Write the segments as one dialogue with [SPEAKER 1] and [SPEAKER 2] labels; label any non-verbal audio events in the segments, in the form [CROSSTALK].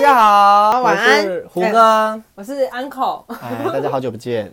[SPEAKER 1] 家好，
[SPEAKER 2] 晚安
[SPEAKER 1] 我是胡哥。
[SPEAKER 2] 我是 uncle， [LAUGHS]
[SPEAKER 1] 哎，大家好久不见，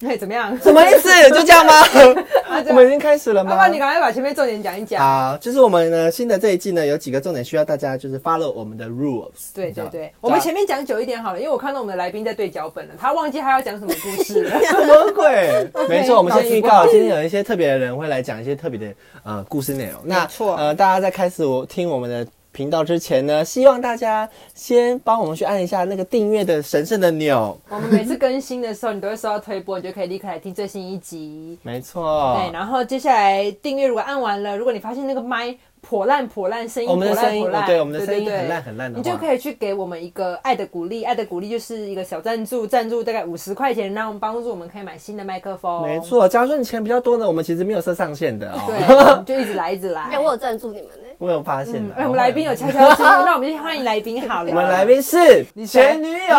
[SPEAKER 2] 嘿，怎么样？
[SPEAKER 1] [LAUGHS] 什么意思？就这样吗？
[SPEAKER 2] [LAUGHS] 啊，
[SPEAKER 1] [LAUGHS] 我
[SPEAKER 2] 对
[SPEAKER 1] 们已经开始了
[SPEAKER 2] 要
[SPEAKER 1] 吗
[SPEAKER 2] 不？然你赶快把前面重点讲一讲。
[SPEAKER 1] 好，就是我们呢新的这一季呢，有几个重点需要大家就是 follow 我们的 rules。
[SPEAKER 2] 对
[SPEAKER 1] 你知
[SPEAKER 2] 对
[SPEAKER 1] 道吗
[SPEAKER 2] 对，我们前面讲久一点好了，因为我看到我们的来宾在对脚本了，他忘记他要讲什么故事
[SPEAKER 1] [LAUGHS]
[SPEAKER 2] 了。
[SPEAKER 1] [LAUGHS] 什么鬼？没 [LAUGHS] 错，我们
[SPEAKER 2] 脑子
[SPEAKER 1] 先预
[SPEAKER 2] 不
[SPEAKER 1] 告，今天有一些特别的人会来讲一些特别的呃故事内容。那
[SPEAKER 2] 没错
[SPEAKER 1] 呃，大家在开始我听我们的频道之前呢，希望大家先帮我们去按一下那个订阅的神圣的钮。
[SPEAKER 2] 我们每次更新的时候，你都会收到推播，你就可以立刻来听最新一集。
[SPEAKER 1] 没错，
[SPEAKER 2] 对，然后接下来订阅如果按完了，如果你发现那个麦破烂破烂，声音
[SPEAKER 1] 哦我
[SPEAKER 2] 破
[SPEAKER 1] 们的声
[SPEAKER 2] 烂
[SPEAKER 1] 音
[SPEAKER 2] 破烂，
[SPEAKER 1] 对我们的声音
[SPEAKER 2] 对对
[SPEAKER 1] 很烂很烂的
[SPEAKER 2] 你就
[SPEAKER 1] 话
[SPEAKER 2] 可以去给我们一个爱的鼓励，爱的鼓励就是一个小赞助，赞助大概五十块钱，让我们帮助我们可以买新的麦克风。
[SPEAKER 1] 没，错，假如说你钱比较多呢，我们其实没有设上限的 [LAUGHS] 哦。
[SPEAKER 2] 对，你就一直来一直来。
[SPEAKER 3] 哎、我有赞助你们呢、
[SPEAKER 1] 我有发现的。啊
[SPEAKER 2] 哎我们来宾有悄悄声
[SPEAKER 1] [LAUGHS]
[SPEAKER 2] 音，那我们就欢迎来宾好了。
[SPEAKER 1] 我们来宾是前女
[SPEAKER 2] [LAUGHS]
[SPEAKER 1] 友，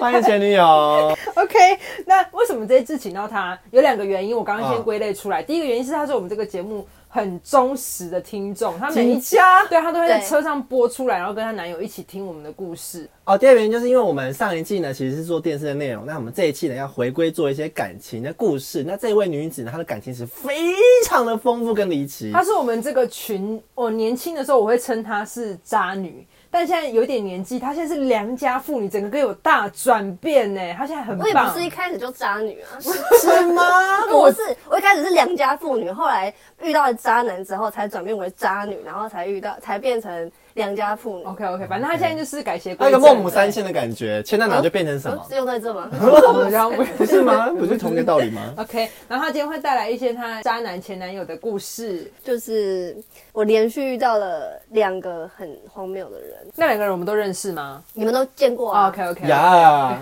[SPEAKER 1] 欢迎前女友。
[SPEAKER 2] OK，那为什么这一次请到他？有两个原因，我刚刚先归类出来。第一个原因是他是我们这个节目很忠实的听众，他每一期
[SPEAKER 1] 家
[SPEAKER 2] 对他都会在
[SPEAKER 3] 对
[SPEAKER 2] 车上播出来，然后跟她男友一起听我们的故事。
[SPEAKER 1] 哦，第二个原因就是因为我们上一季呢其实是做电视的内容，那我们这一季呢要回归做一些感情的故事。那这位女子呢，她的感情是非常的丰富跟离奇
[SPEAKER 2] 她。是我们这个群，我年轻的时候我会称她是渣女，但现在有点年纪，她现在是良家妇女，整个给我大转变呢。她现在很
[SPEAKER 3] 我也
[SPEAKER 2] 棒
[SPEAKER 3] 不是，一开始就渣女啊，
[SPEAKER 1] 是吗？
[SPEAKER 3] [LAUGHS] 我是我一开始是良家妇女，后来遇到了渣男之后，才转变为渣女，然后才遇到才变成良家妇女。
[SPEAKER 2] OK OK，反正她现在就是改邪归
[SPEAKER 1] 那
[SPEAKER 2] 正。
[SPEAKER 1] 个孟母三迁的感觉，迁到哪就
[SPEAKER 2] 啊
[SPEAKER 1] 变成什
[SPEAKER 3] 哦
[SPEAKER 1] 么？
[SPEAKER 3] 只有在这吗？ [LAUGHS]
[SPEAKER 2] 对，然后我
[SPEAKER 1] 不是吗？不是同一个道理吗？
[SPEAKER 2] [LAUGHS] OK，然后她今天会带来一些她渣男前男友的故事。
[SPEAKER 3] 就是我连续遇到了两个很荒谬的人，
[SPEAKER 2] 那两个人我们都认识吗、
[SPEAKER 3] 你们都见过啊
[SPEAKER 2] o k 哦 OK， [LAUGHS]
[SPEAKER 1] 呀，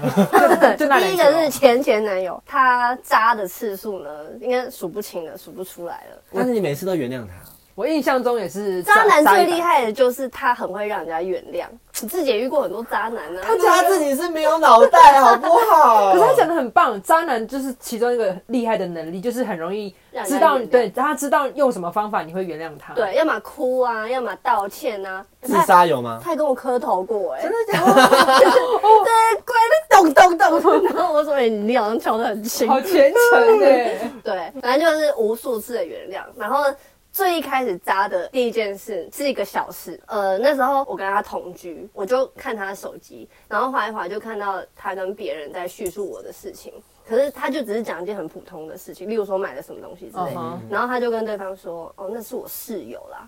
[SPEAKER 2] 就那
[SPEAKER 3] 第
[SPEAKER 2] 两
[SPEAKER 3] 一
[SPEAKER 2] 个
[SPEAKER 3] 个
[SPEAKER 2] 哦
[SPEAKER 3] 是前前男友，他渣的次数呢，应该数不清了，数不出来了。
[SPEAKER 1] 但是你每次都原谅她。
[SPEAKER 2] 我印象中也是
[SPEAKER 3] 渣男最厉
[SPEAKER 2] 害。
[SPEAKER 3] 害的就是他很会让人家原谅，你自己也遇过很多渣男啊。
[SPEAKER 1] 他觉得他自己是没有脑袋，好不好？
[SPEAKER 2] 可是他讲的很棒，渣男就是其中一个厉害的能力，就是很容易
[SPEAKER 3] 让人
[SPEAKER 2] 知
[SPEAKER 3] 家
[SPEAKER 2] 道，
[SPEAKER 3] 原谅
[SPEAKER 2] 对他知道用什么方法你会原谅他。，
[SPEAKER 3] 对，要么哭啊，要么道歉啊。
[SPEAKER 1] 自杀有吗
[SPEAKER 3] 他？还跟我磕头过、哎，真的，
[SPEAKER 2] 真的哦假的？
[SPEAKER 3] [LAUGHS] 对，跪在咚咚咚。然后我说，哎、你好像敲得很轻。
[SPEAKER 2] 好虔诚欸耶！
[SPEAKER 3] [LAUGHS] 对，反正就是无数次的原谅。然后最一开始扎的第一件事是一个小事，呃，那时候我跟他同居，我就看他的手机，然后划一划就看到他跟别人在叙述我的事情。可是他就只是讲一件很普通的事情，例如说买了什么东西之类的
[SPEAKER 2] 嗯哼
[SPEAKER 3] 然后他就跟对方说：“哦，那是我室友啦。”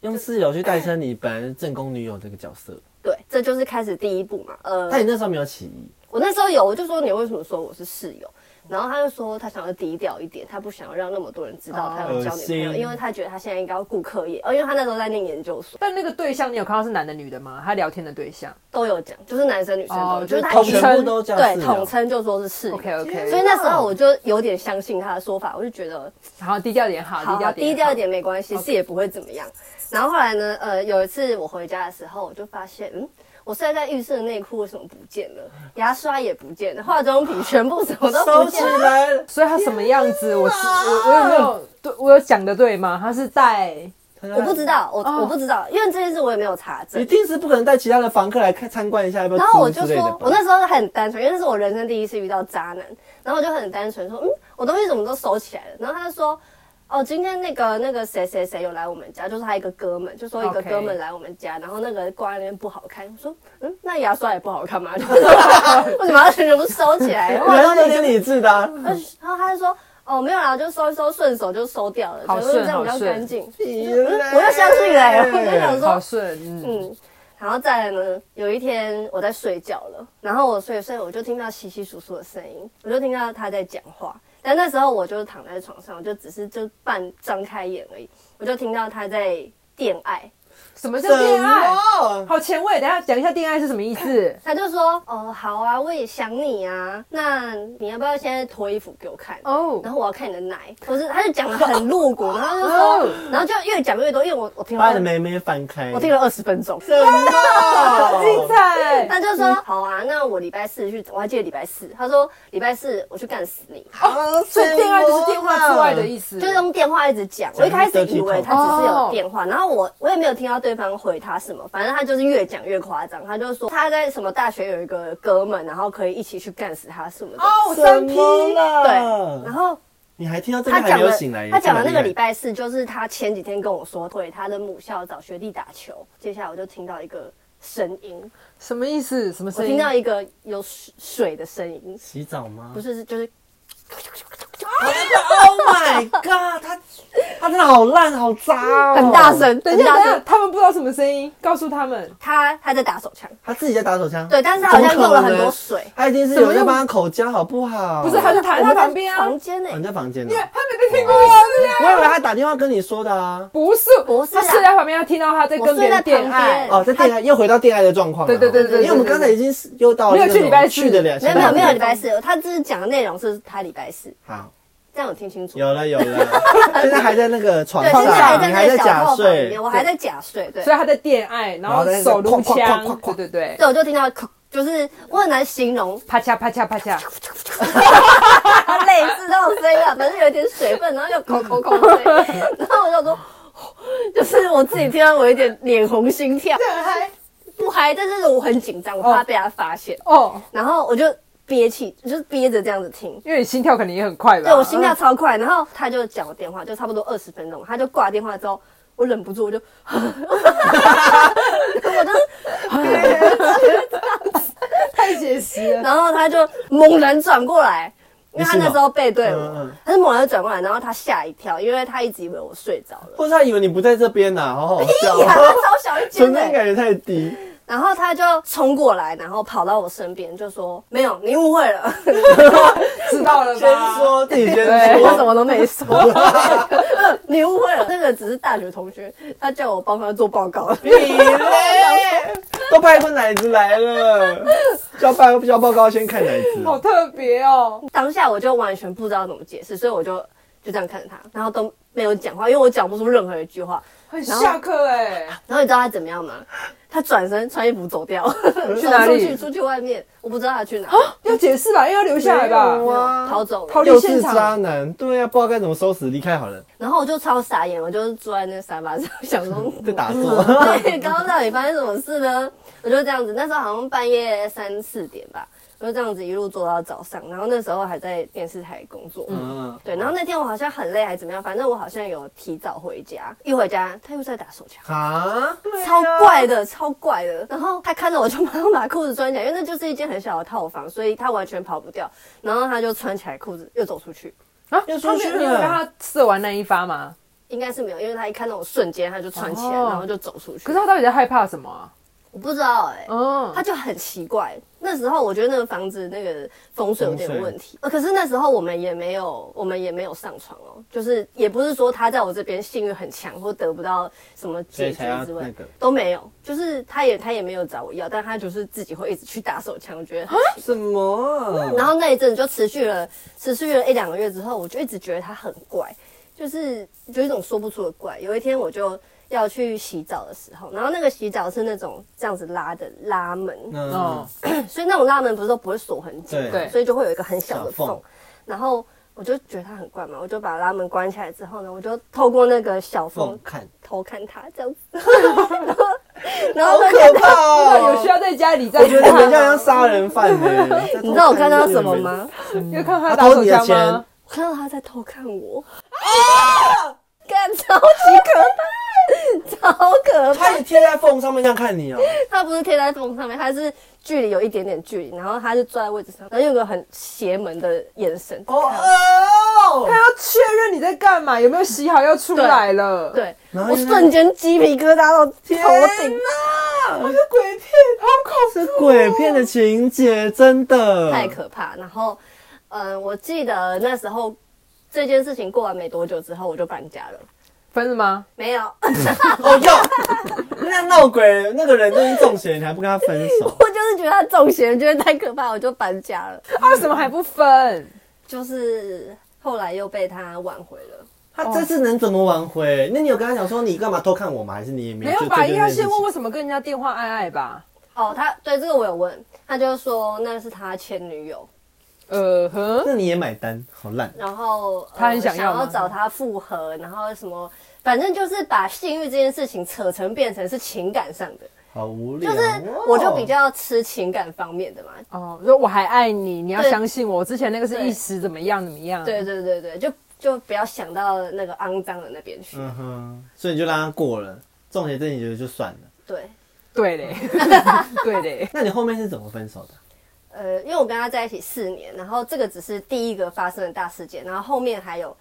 [SPEAKER 1] 用室友去代称你本来是正宫女友这个角色，
[SPEAKER 3] 对，这就是开始第一步嘛。呃，
[SPEAKER 1] 但你那时候没有起疑，
[SPEAKER 3] 我那时候有，我就说你为什么说我是室友？然后他就说他想要低调一点，他不想要让那么多人知道他有交
[SPEAKER 1] 哦恶
[SPEAKER 3] 女朋友，
[SPEAKER 1] 心
[SPEAKER 3] 因为他觉得他现在应该要顾课业，哦，因为他那时候在念研究所，
[SPEAKER 2] 但那个对象你有看到是男的女的吗？他聊天的对象
[SPEAKER 3] 都有讲，就是男生女生
[SPEAKER 2] 哦
[SPEAKER 3] 都有，就是他
[SPEAKER 2] 统
[SPEAKER 3] 一
[SPEAKER 2] 称
[SPEAKER 1] 全部都叫室
[SPEAKER 3] 对统
[SPEAKER 1] 友。
[SPEAKER 3] 称就说是室友。
[SPEAKER 2] ？OK OK，
[SPEAKER 3] 嗯所以那时候我就有点相信他的说法，我就觉得
[SPEAKER 2] 好低调点好，
[SPEAKER 3] 好
[SPEAKER 2] 低调
[SPEAKER 3] 好
[SPEAKER 2] 点，
[SPEAKER 3] 低调一。点没关系，是也不会怎么样。然后后来呢，呃，有一次我回家的时候，我就发现，嗯，我晒在浴室的内裤为什么不见了？牙刷也不见了，化妆品全部什么
[SPEAKER 1] [LAUGHS]
[SPEAKER 3] 都
[SPEAKER 1] 收
[SPEAKER 3] 不
[SPEAKER 1] 起
[SPEAKER 3] 见了。
[SPEAKER 1] 来了，
[SPEAKER 2] 所以他什么样子？我是我我有没有对我有讲的对吗？他是戴
[SPEAKER 3] 我不知道，我、
[SPEAKER 2] 哦
[SPEAKER 3] 我不知道，因为这件事我也没有查
[SPEAKER 1] 一
[SPEAKER 3] 证。
[SPEAKER 1] 定是不可能带其他的房客来看参观一下，要不要
[SPEAKER 3] 然后我
[SPEAKER 1] 租
[SPEAKER 3] 就
[SPEAKER 1] 之类的
[SPEAKER 3] 说
[SPEAKER 1] 吧，
[SPEAKER 3] 我那时候很单纯，因为那是我人生第一次遇到渣男，然后我就很单纯说，嗯，我东西怎么都收起来了。然后他就说，哦，今天那个那个谁谁谁有来我们家，就是他一个哥们，就说一个
[SPEAKER 2] OK
[SPEAKER 3] 哥们来我们家然后那个挂在那边不好看。我说，嗯，那牙刷也不好看 [LAUGHS]
[SPEAKER 2] [LAUGHS]
[SPEAKER 3] 嘛，就是为什么要全部收起来？
[SPEAKER 1] 原来有点理智的啊。
[SPEAKER 3] 然后他就说，哦，没有啦，就收一收，顺手就收掉了，
[SPEAKER 2] 好
[SPEAKER 3] 就是这
[SPEAKER 2] 顺
[SPEAKER 3] 样比
[SPEAKER 2] 好
[SPEAKER 3] 较
[SPEAKER 2] 顺
[SPEAKER 3] 干净。
[SPEAKER 1] 我
[SPEAKER 3] [LAUGHS] 我又相信了，我就想说
[SPEAKER 2] 好，顺，嗯，
[SPEAKER 3] 嗯，然后再来呢，有一天我在睡觉了，然后我睡一睡，我就听到稀稀疏疏的声音，我就听到他在讲话。但那时候我就躺在床上，我就只是就半张开眼而已，我就听到他在恋爱，
[SPEAKER 2] 什么叫
[SPEAKER 1] 什
[SPEAKER 2] 恋爱？
[SPEAKER 1] 么？
[SPEAKER 2] 好前卫，等一下讲一下恋爱是什么意
[SPEAKER 3] [LAUGHS]
[SPEAKER 2] 思？
[SPEAKER 3] 他就说：“哦，好啊，我也想你啊，那你要不要现在脱衣服给我看？”
[SPEAKER 2] 哦
[SPEAKER 3] 然后我要看你的奶，不是，他就讲的很露骨，然后就
[SPEAKER 2] 哦
[SPEAKER 3] 说，然后就越讲越多，因为我我听
[SPEAKER 1] 把你的
[SPEAKER 3] 了，
[SPEAKER 1] 妹妹翻开。
[SPEAKER 3] 我听了二十分钟，
[SPEAKER 1] 什
[SPEAKER 2] 好
[SPEAKER 3] [LAUGHS]
[SPEAKER 2] 精
[SPEAKER 1] 么？
[SPEAKER 2] 彩！
[SPEAKER 3] 他就说、
[SPEAKER 1] 嗯
[SPEAKER 3] 好啊，那我礼拜四去，我还记得礼拜四，他说礼拜四我去干死你，
[SPEAKER 1] 啊
[SPEAKER 2] 哦所以恋爱就是电话之外的
[SPEAKER 1] 思。
[SPEAKER 2] 意思，哦
[SPEAKER 1] 哦
[SPEAKER 3] 就是用电话一直讲。我一开始以为他只是有电话，然后我我也没有听听到对方回他什么，反正他就是越讲越夸张，他就说他在什么大学有一个哥们，然后可以一起去干死他什么的。
[SPEAKER 2] 哦，
[SPEAKER 1] 什
[SPEAKER 2] 三 P，
[SPEAKER 1] 么
[SPEAKER 3] 对，
[SPEAKER 1] 了？
[SPEAKER 3] 然后
[SPEAKER 1] 你还听到这个
[SPEAKER 3] 他
[SPEAKER 1] 嗯还
[SPEAKER 3] 讲
[SPEAKER 1] 没有
[SPEAKER 3] 的
[SPEAKER 1] 醒来？
[SPEAKER 3] 他讲的那个礼
[SPEAKER 1] 拜，
[SPEAKER 3] 拜四，就是他前几天跟我说，对他的母校找学弟打球。接下来我就听到一个声音，
[SPEAKER 2] 什么意思？什么
[SPEAKER 3] 我
[SPEAKER 2] 声音？
[SPEAKER 3] 听到一个有水水的声音，
[SPEAKER 1] 洗澡吗？
[SPEAKER 3] 不是就是
[SPEAKER 1] ，Oh my god！他他真的好烂，好渣哦，
[SPEAKER 3] 很大。声，
[SPEAKER 2] 等一下，等
[SPEAKER 3] 很大
[SPEAKER 2] 一下，
[SPEAKER 3] 声。哦
[SPEAKER 2] 他们不知道什么声音，告诉他们。
[SPEAKER 3] 他他在打手枪，
[SPEAKER 1] 他自己在打手枪，
[SPEAKER 3] 对，但是他好像用了很多水，
[SPEAKER 1] 他一定是有人在帮他口交，好不好？
[SPEAKER 2] 不是，他就躺在
[SPEAKER 3] 我
[SPEAKER 2] 他
[SPEAKER 3] 们在
[SPEAKER 2] 旁边啊。
[SPEAKER 3] 房间
[SPEAKER 1] 哦
[SPEAKER 3] 呢
[SPEAKER 1] 你，在房间呢
[SPEAKER 2] 对，。他没被听过这样。
[SPEAKER 1] 我以为他打电话跟你说的啊。
[SPEAKER 2] 不是，
[SPEAKER 3] 不是
[SPEAKER 2] 他
[SPEAKER 3] 啊
[SPEAKER 2] 睡在旁边，他听到他在跟别人恋爱。
[SPEAKER 1] 哦，在恋爱又回到恋爱的状况了。
[SPEAKER 2] 对对对对对对
[SPEAKER 1] 因为我们刚才已经是又到了
[SPEAKER 2] 没有
[SPEAKER 1] 那种
[SPEAKER 2] 去礼拜四
[SPEAKER 1] 去的了，
[SPEAKER 3] 没有没有没有礼
[SPEAKER 1] 拜。
[SPEAKER 3] 拜四，他只是讲的内容是他礼拜四，
[SPEAKER 1] 好，
[SPEAKER 3] 这样我听清楚。
[SPEAKER 1] 有了有了，现在还在那个床
[SPEAKER 3] 对，
[SPEAKER 1] 上，
[SPEAKER 3] 现在还在
[SPEAKER 1] 你
[SPEAKER 3] 那
[SPEAKER 1] 还
[SPEAKER 3] 个
[SPEAKER 1] 在
[SPEAKER 3] 小
[SPEAKER 1] 假
[SPEAKER 3] 套房里
[SPEAKER 1] 睡
[SPEAKER 3] 面，，我还在假睡，对
[SPEAKER 2] 所。以他在恋爱，然后
[SPEAKER 1] 然后在那
[SPEAKER 2] 手撸
[SPEAKER 1] 哐哐
[SPEAKER 2] 枪
[SPEAKER 1] 哐哐，哐
[SPEAKER 2] 对对对，
[SPEAKER 3] 对，我就听到，就是我很难形容，
[SPEAKER 2] 啪嚓啪嚓啪嚓，
[SPEAKER 3] 它类似那种声音啊，反正有一点水分，然后就口口口水，然后我就说，就是我自己听到我有点脸红心跳，不嗨，但是我很紧张，我怕被他发现，
[SPEAKER 2] 哦，
[SPEAKER 3] 然后我就憋气，就是憋着这样子听。
[SPEAKER 2] 因为你心跳肯定也很快
[SPEAKER 1] 啊
[SPEAKER 2] 吧？
[SPEAKER 3] 对我心
[SPEAKER 1] 嗯
[SPEAKER 3] 跳超快，然后他就讲我电话，就差不多二十分钟，他就挂电话之后，我忍不住我就， [LAUGHS] 我就
[SPEAKER 2] [LAUGHS] 太解析了。
[SPEAKER 3] 然后他就猛然转过来，因为他
[SPEAKER 1] 你信
[SPEAKER 3] 那
[SPEAKER 1] 哦
[SPEAKER 3] 时候背对
[SPEAKER 1] 嗯嗯
[SPEAKER 3] 我
[SPEAKER 1] 嗯，
[SPEAKER 3] 他就猛然转过来，然后他吓一跳，因为他一直以为我睡着了。
[SPEAKER 1] 或者他以为你不在这边呐，好好笑
[SPEAKER 3] 屁呀，
[SPEAKER 1] 哦，
[SPEAKER 3] [LAUGHS] 他超小一
[SPEAKER 1] 存
[SPEAKER 3] 间
[SPEAKER 1] 在
[SPEAKER 3] 的，
[SPEAKER 1] 感也太低。
[SPEAKER 3] 然后他就冲过来，然后跑到我身边，就说：“没有，你误
[SPEAKER 1] [LAUGHS]
[SPEAKER 3] 会了，
[SPEAKER 2] 知道了吧？
[SPEAKER 1] 先说自己先
[SPEAKER 2] 对
[SPEAKER 3] 我什
[SPEAKER 1] 说，
[SPEAKER 3] 么都
[SPEAKER 1] [LAUGHS]
[SPEAKER 3] 没说， [LAUGHS] 你误会了。”那个只是大学同学，他叫我帮他做报告。
[SPEAKER 1] 你嘞，都派过奶子来了，交报交报告先看奶子
[SPEAKER 2] 好
[SPEAKER 1] 哦，
[SPEAKER 2] 特别哦，
[SPEAKER 3] 当下我就完全不知道怎么解释，所以我就就这样看着他，然后都没有讲话，因为我讲不出任何一句话。
[SPEAKER 2] 很
[SPEAKER 3] 然后
[SPEAKER 2] 下课哎，
[SPEAKER 3] 然后你知道他怎么样吗？他转身穿衣服走掉，
[SPEAKER 2] 去哪里
[SPEAKER 3] 出去出去外面，我不知道他去哪，
[SPEAKER 2] 要解释吧，因为要留下来吧
[SPEAKER 1] 没。有
[SPEAKER 2] 哦
[SPEAKER 1] 啊
[SPEAKER 3] 逃走
[SPEAKER 2] 逃
[SPEAKER 3] 了。
[SPEAKER 2] 离
[SPEAKER 1] 又
[SPEAKER 2] 现
[SPEAKER 1] 是
[SPEAKER 2] 场
[SPEAKER 1] 渣男，对啊，不知道该怎么收拾，离开好了，
[SPEAKER 3] 然后我就超傻眼，我就是坐在那沙发上
[SPEAKER 2] [LAUGHS]
[SPEAKER 3] 想说，
[SPEAKER 1] 再打
[SPEAKER 3] [LAUGHS]
[SPEAKER 1] 坐。
[SPEAKER 3] 对，刚刚到底发生什么事呢？我就这样子，那时候好像半夜三四点吧，我就这样子一路坐到早上，然后那时候还在电视台工作。
[SPEAKER 1] 嗯，
[SPEAKER 3] 对，然后那天我好像很累，还怎么样？反正我好像有提早回家，一回家他又在打手枪。
[SPEAKER 1] 啊，
[SPEAKER 3] 超怪的，超怪的。然后他看到我就马上把裤子穿起来，因为那就是一间很小的套房，所以他完全跑不掉。然后他就穿起来裤子又走出去，
[SPEAKER 2] 啊，
[SPEAKER 1] 要
[SPEAKER 2] 他
[SPEAKER 1] 出
[SPEAKER 2] 没
[SPEAKER 1] 去
[SPEAKER 2] 有
[SPEAKER 1] 了
[SPEAKER 2] 你有让他射完那一发吗？
[SPEAKER 3] 应该是没有，因为他一看到我瞬间他就穿起来，
[SPEAKER 2] 哦
[SPEAKER 3] 然后就走出去。
[SPEAKER 2] 可是他到底在害怕什么啊？
[SPEAKER 3] 我不知道哎、
[SPEAKER 2] 嗯，
[SPEAKER 3] 他就很奇怪。那时候我觉得那个房子那个风水有点问题，呃，可是那时候我们也没有，我们也没有上床哦，就是也不是说他在我这边性欲很强或得不到什么
[SPEAKER 1] 所以
[SPEAKER 3] 解
[SPEAKER 1] 才
[SPEAKER 3] 决
[SPEAKER 1] 要
[SPEAKER 3] 之
[SPEAKER 1] 那
[SPEAKER 3] 外，
[SPEAKER 1] 个，
[SPEAKER 3] 都没有。就是他也他也没有找我要，但他就是自己会一直去打手枪，我觉得很
[SPEAKER 1] 什
[SPEAKER 2] 哦
[SPEAKER 1] 么？
[SPEAKER 3] 然后那一阵就持续了，持续了一两个月之后，我就一直觉得他很怪，就是有一种说不出的怪。有一天我就要去洗澡的时候，然后那个洗澡是那种这样子拉的拉门，
[SPEAKER 1] 嗯
[SPEAKER 2] 哦，
[SPEAKER 3] 所以那种拉门不是都不会锁很紧嘛，
[SPEAKER 1] 对
[SPEAKER 3] 所以就会有一个很小的
[SPEAKER 1] 小
[SPEAKER 3] 缝
[SPEAKER 1] 缝。
[SPEAKER 3] 然后我就觉得他很怪嘛，我就把拉门关起来之后呢，我就透过那个小缝
[SPEAKER 1] 凤看，
[SPEAKER 3] 偷看他
[SPEAKER 1] [LAUGHS]
[SPEAKER 3] 这样子，然后
[SPEAKER 1] 好
[SPEAKER 3] 然后偷看
[SPEAKER 1] 可怕
[SPEAKER 2] 那有需
[SPEAKER 1] 哦！
[SPEAKER 2] 要在家里再
[SPEAKER 1] 我觉得人家像杀人犯
[SPEAKER 3] [LAUGHS]
[SPEAKER 1] 呢。
[SPEAKER 3] 你知道我看到什么？吗？
[SPEAKER 2] 有看他
[SPEAKER 1] 他
[SPEAKER 2] 打
[SPEAKER 1] 偷
[SPEAKER 2] 手
[SPEAKER 1] 你的
[SPEAKER 2] 枪
[SPEAKER 1] 钱
[SPEAKER 2] 吗？，
[SPEAKER 3] 我看到他在偷看我， [LAUGHS] 干超级可
[SPEAKER 1] [LAUGHS]
[SPEAKER 3] 怕，超可怕！
[SPEAKER 1] 他也贴在缝上面这样看
[SPEAKER 3] [LAUGHS]
[SPEAKER 1] 你哦。
[SPEAKER 3] 他不是贴在缝上面，他是距离有一点点距离，然后他是坐在位置上，然后用个很邪门的眼神。
[SPEAKER 1] 哦
[SPEAKER 2] 他，要确认你在干嘛，有没有洗好要出来了。，
[SPEAKER 3] 对，
[SPEAKER 1] 然后
[SPEAKER 3] 我
[SPEAKER 1] 就是
[SPEAKER 3] 瞬间鸡皮疙瘩到头顶，
[SPEAKER 2] 我是哦鬼片，好恐
[SPEAKER 1] 这鬼片的情节真的
[SPEAKER 3] 太可怕。然后，嗯，我记得那时候这件事情过完没多久之后，我就搬家了。
[SPEAKER 2] 分了吗？
[SPEAKER 3] 没有， [LAUGHS]
[SPEAKER 1] 哦哟！那闹鬼那个人都已经中邪，你还不跟他分手？
[SPEAKER 3] 我就是觉得他中邪，觉得太可怕，我就搬家了。
[SPEAKER 2] 他啊为什么还不分？
[SPEAKER 3] 就是后来又被他挽回了。
[SPEAKER 1] 他这次能怎么挽回？那你有跟他讲说你干嘛偷看我吗？还是你也没
[SPEAKER 2] 哦没有
[SPEAKER 1] 就
[SPEAKER 2] 吧？
[SPEAKER 1] 对这
[SPEAKER 2] 因为
[SPEAKER 1] 件
[SPEAKER 2] 他
[SPEAKER 1] 事情
[SPEAKER 2] 先问为什么跟人家电话爱爱吧。
[SPEAKER 3] 哦，他对这个我有问，他就说那是他前女友，
[SPEAKER 2] 呃呵，
[SPEAKER 1] 那你也买单，好烂。
[SPEAKER 3] 然后、呃
[SPEAKER 2] 他很想
[SPEAKER 3] 想
[SPEAKER 2] 要吗
[SPEAKER 3] 找他复合，然后什么，反正就是把性欲这件事情扯成变成是情感上的，
[SPEAKER 1] 好无聊
[SPEAKER 3] 就
[SPEAKER 1] 哦。
[SPEAKER 3] 是我就比较吃情感方面的嘛。
[SPEAKER 2] 哦，说我还爱你，你要
[SPEAKER 3] 对
[SPEAKER 2] 相信我。之前那个是
[SPEAKER 3] 对
[SPEAKER 2] 一时怎么样怎么样，
[SPEAKER 3] 对，对对对，就就不要想到那个肮脏的那边去。
[SPEAKER 1] 嗯哼，所以你就让他过了，中邪这你觉得就算了。
[SPEAKER 3] 对，
[SPEAKER 2] 对
[SPEAKER 3] [LAUGHS]
[SPEAKER 2] 嘞，对嘞，
[SPEAKER 1] 那你后面是怎么分手的？
[SPEAKER 3] 呃，因为我跟他在一起四年，然后这个只是第一个发生的大事件，然后后面还有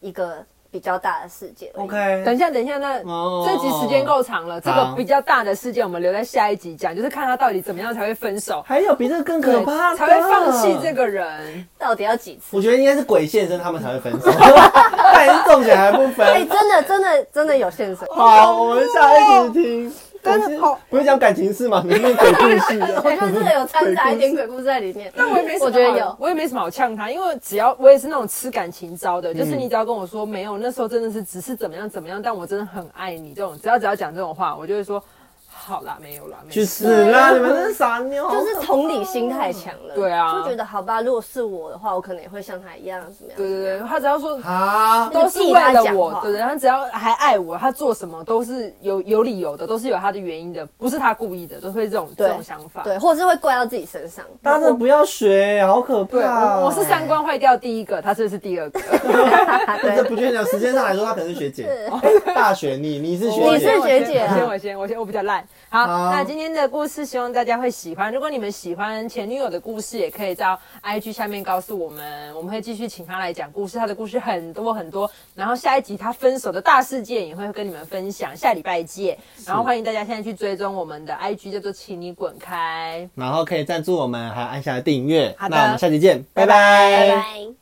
[SPEAKER 3] 一个比较大的事件而已。
[SPEAKER 1] OK，
[SPEAKER 2] 等一下，等一下，那
[SPEAKER 1] 哦
[SPEAKER 2] 这集时间够长了，这个
[SPEAKER 1] 好
[SPEAKER 2] 比较大的事件我们留在下一集讲，就是看他到底怎么样才会分手，
[SPEAKER 1] 还有比这个更可
[SPEAKER 2] 对
[SPEAKER 1] 怕的，
[SPEAKER 2] 才会放弃这。个人。
[SPEAKER 3] 到底要几次？
[SPEAKER 1] 我觉得应该是鬼现身，他们才会分
[SPEAKER 2] [LAUGHS]
[SPEAKER 1] 手。但是中邪还不
[SPEAKER 3] 哎、
[SPEAKER 1] 分。
[SPEAKER 3] 真的真的真的
[SPEAKER 2] [LAUGHS]
[SPEAKER 3] 有现身。
[SPEAKER 1] 好，我们下一集听。
[SPEAKER 2] 真的
[SPEAKER 1] 我今
[SPEAKER 2] 好，
[SPEAKER 1] 不是讲感情事吗？明明鬼故事
[SPEAKER 3] 我觉
[SPEAKER 1] 的。
[SPEAKER 3] 得这个有掺杂一点鬼故事在
[SPEAKER 2] [LAUGHS]
[SPEAKER 3] 里面。
[SPEAKER 2] 但我也没什么好，
[SPEAKER 3] 我觉得有。
[SPEAKER 2] 我也没什么好呛他，因为只要我也是那种吃感情招
[SPEAKER 1] 嗯
[SPEAKER 2] 的，就是你只要跟我说没有，那时候真的是只是怎么样怎么样，但我真的很爱你这种，只要只要讲这种话，我就会说好啦，没有啦，没
[SPEAKER 1] 去
[SPEAKER 2] 事。
[SPEAKER 1] 死啦！你们真是傻妞。
[SPEAKER 3] 就是同理心太强了，
[SPEAKER 2] 啊对啊
[SPEAKER 3] 就觉得好吧，如果是我的话，我可能也会像他一样怎么样？
[SPEAKER 2] 对对对，他只要说
[SPEAKER 1] 啊，
[SPEAKER 2] 都是为了我，
[SPEAKER 3] 就是替他讲话
[SPEAKER 2] 对对，他只要还爱我，他做什么都是有有理由的，都是有他的原因的，不是他故意的，都会这种
[SPEAKER 3] 对
[SPEAKER 2] 这种想法。
[SPEAKER 3] 对，或者是会怪到自己身上。
[SPEAKER 1] 大家真的不要学，好可怕
[SPEAKER 2] 对，
[SPEAKER 1] 哦。
[SPEAKER 2] 我我是三观坏掉第一个，他这是第二个。 [LAUGHS]
[SPEAKER 1] 这
[SPEAKER 3] 对，
[SPEAKER 1] 不确定，啊时间上来说，他可能是学姐，哎大学你你是
[SPEAKER 3] 我
[SPEAKER 1] 学
[SPEAKER 3] 你是
[SPEAKER 1] 姐，
[SPEAKER 3] 学
[SPEAKER 2] 我
[SPEAKER 3] 姐啊
[SPEAKER 2] 先我先我先我比较烂。好，
[SPEAKER 1] 好
[SPEAKER 2] 那今天的故事希望大家会喜欢。如果你们喜欢前女友的故事，也可以到 IG 下面告诉我们，我们会继续请她来讲故事。她的故事很多很多，然后下一集她分手的大事件也会跟你们分享。下礼拜见，然后欢迎大家现在去追踪我们的 IG，叫做请你滚开。
[SPEAKER 1] 然后可以赞助我们，还按下订阅。
[SPEAKER 2] 好的
[SPEAKER 1] 那我们下期见，
[SPEAKER 2] 拜
[SPEAKER 1] 拜
[SPEAKER 3] 拜拜。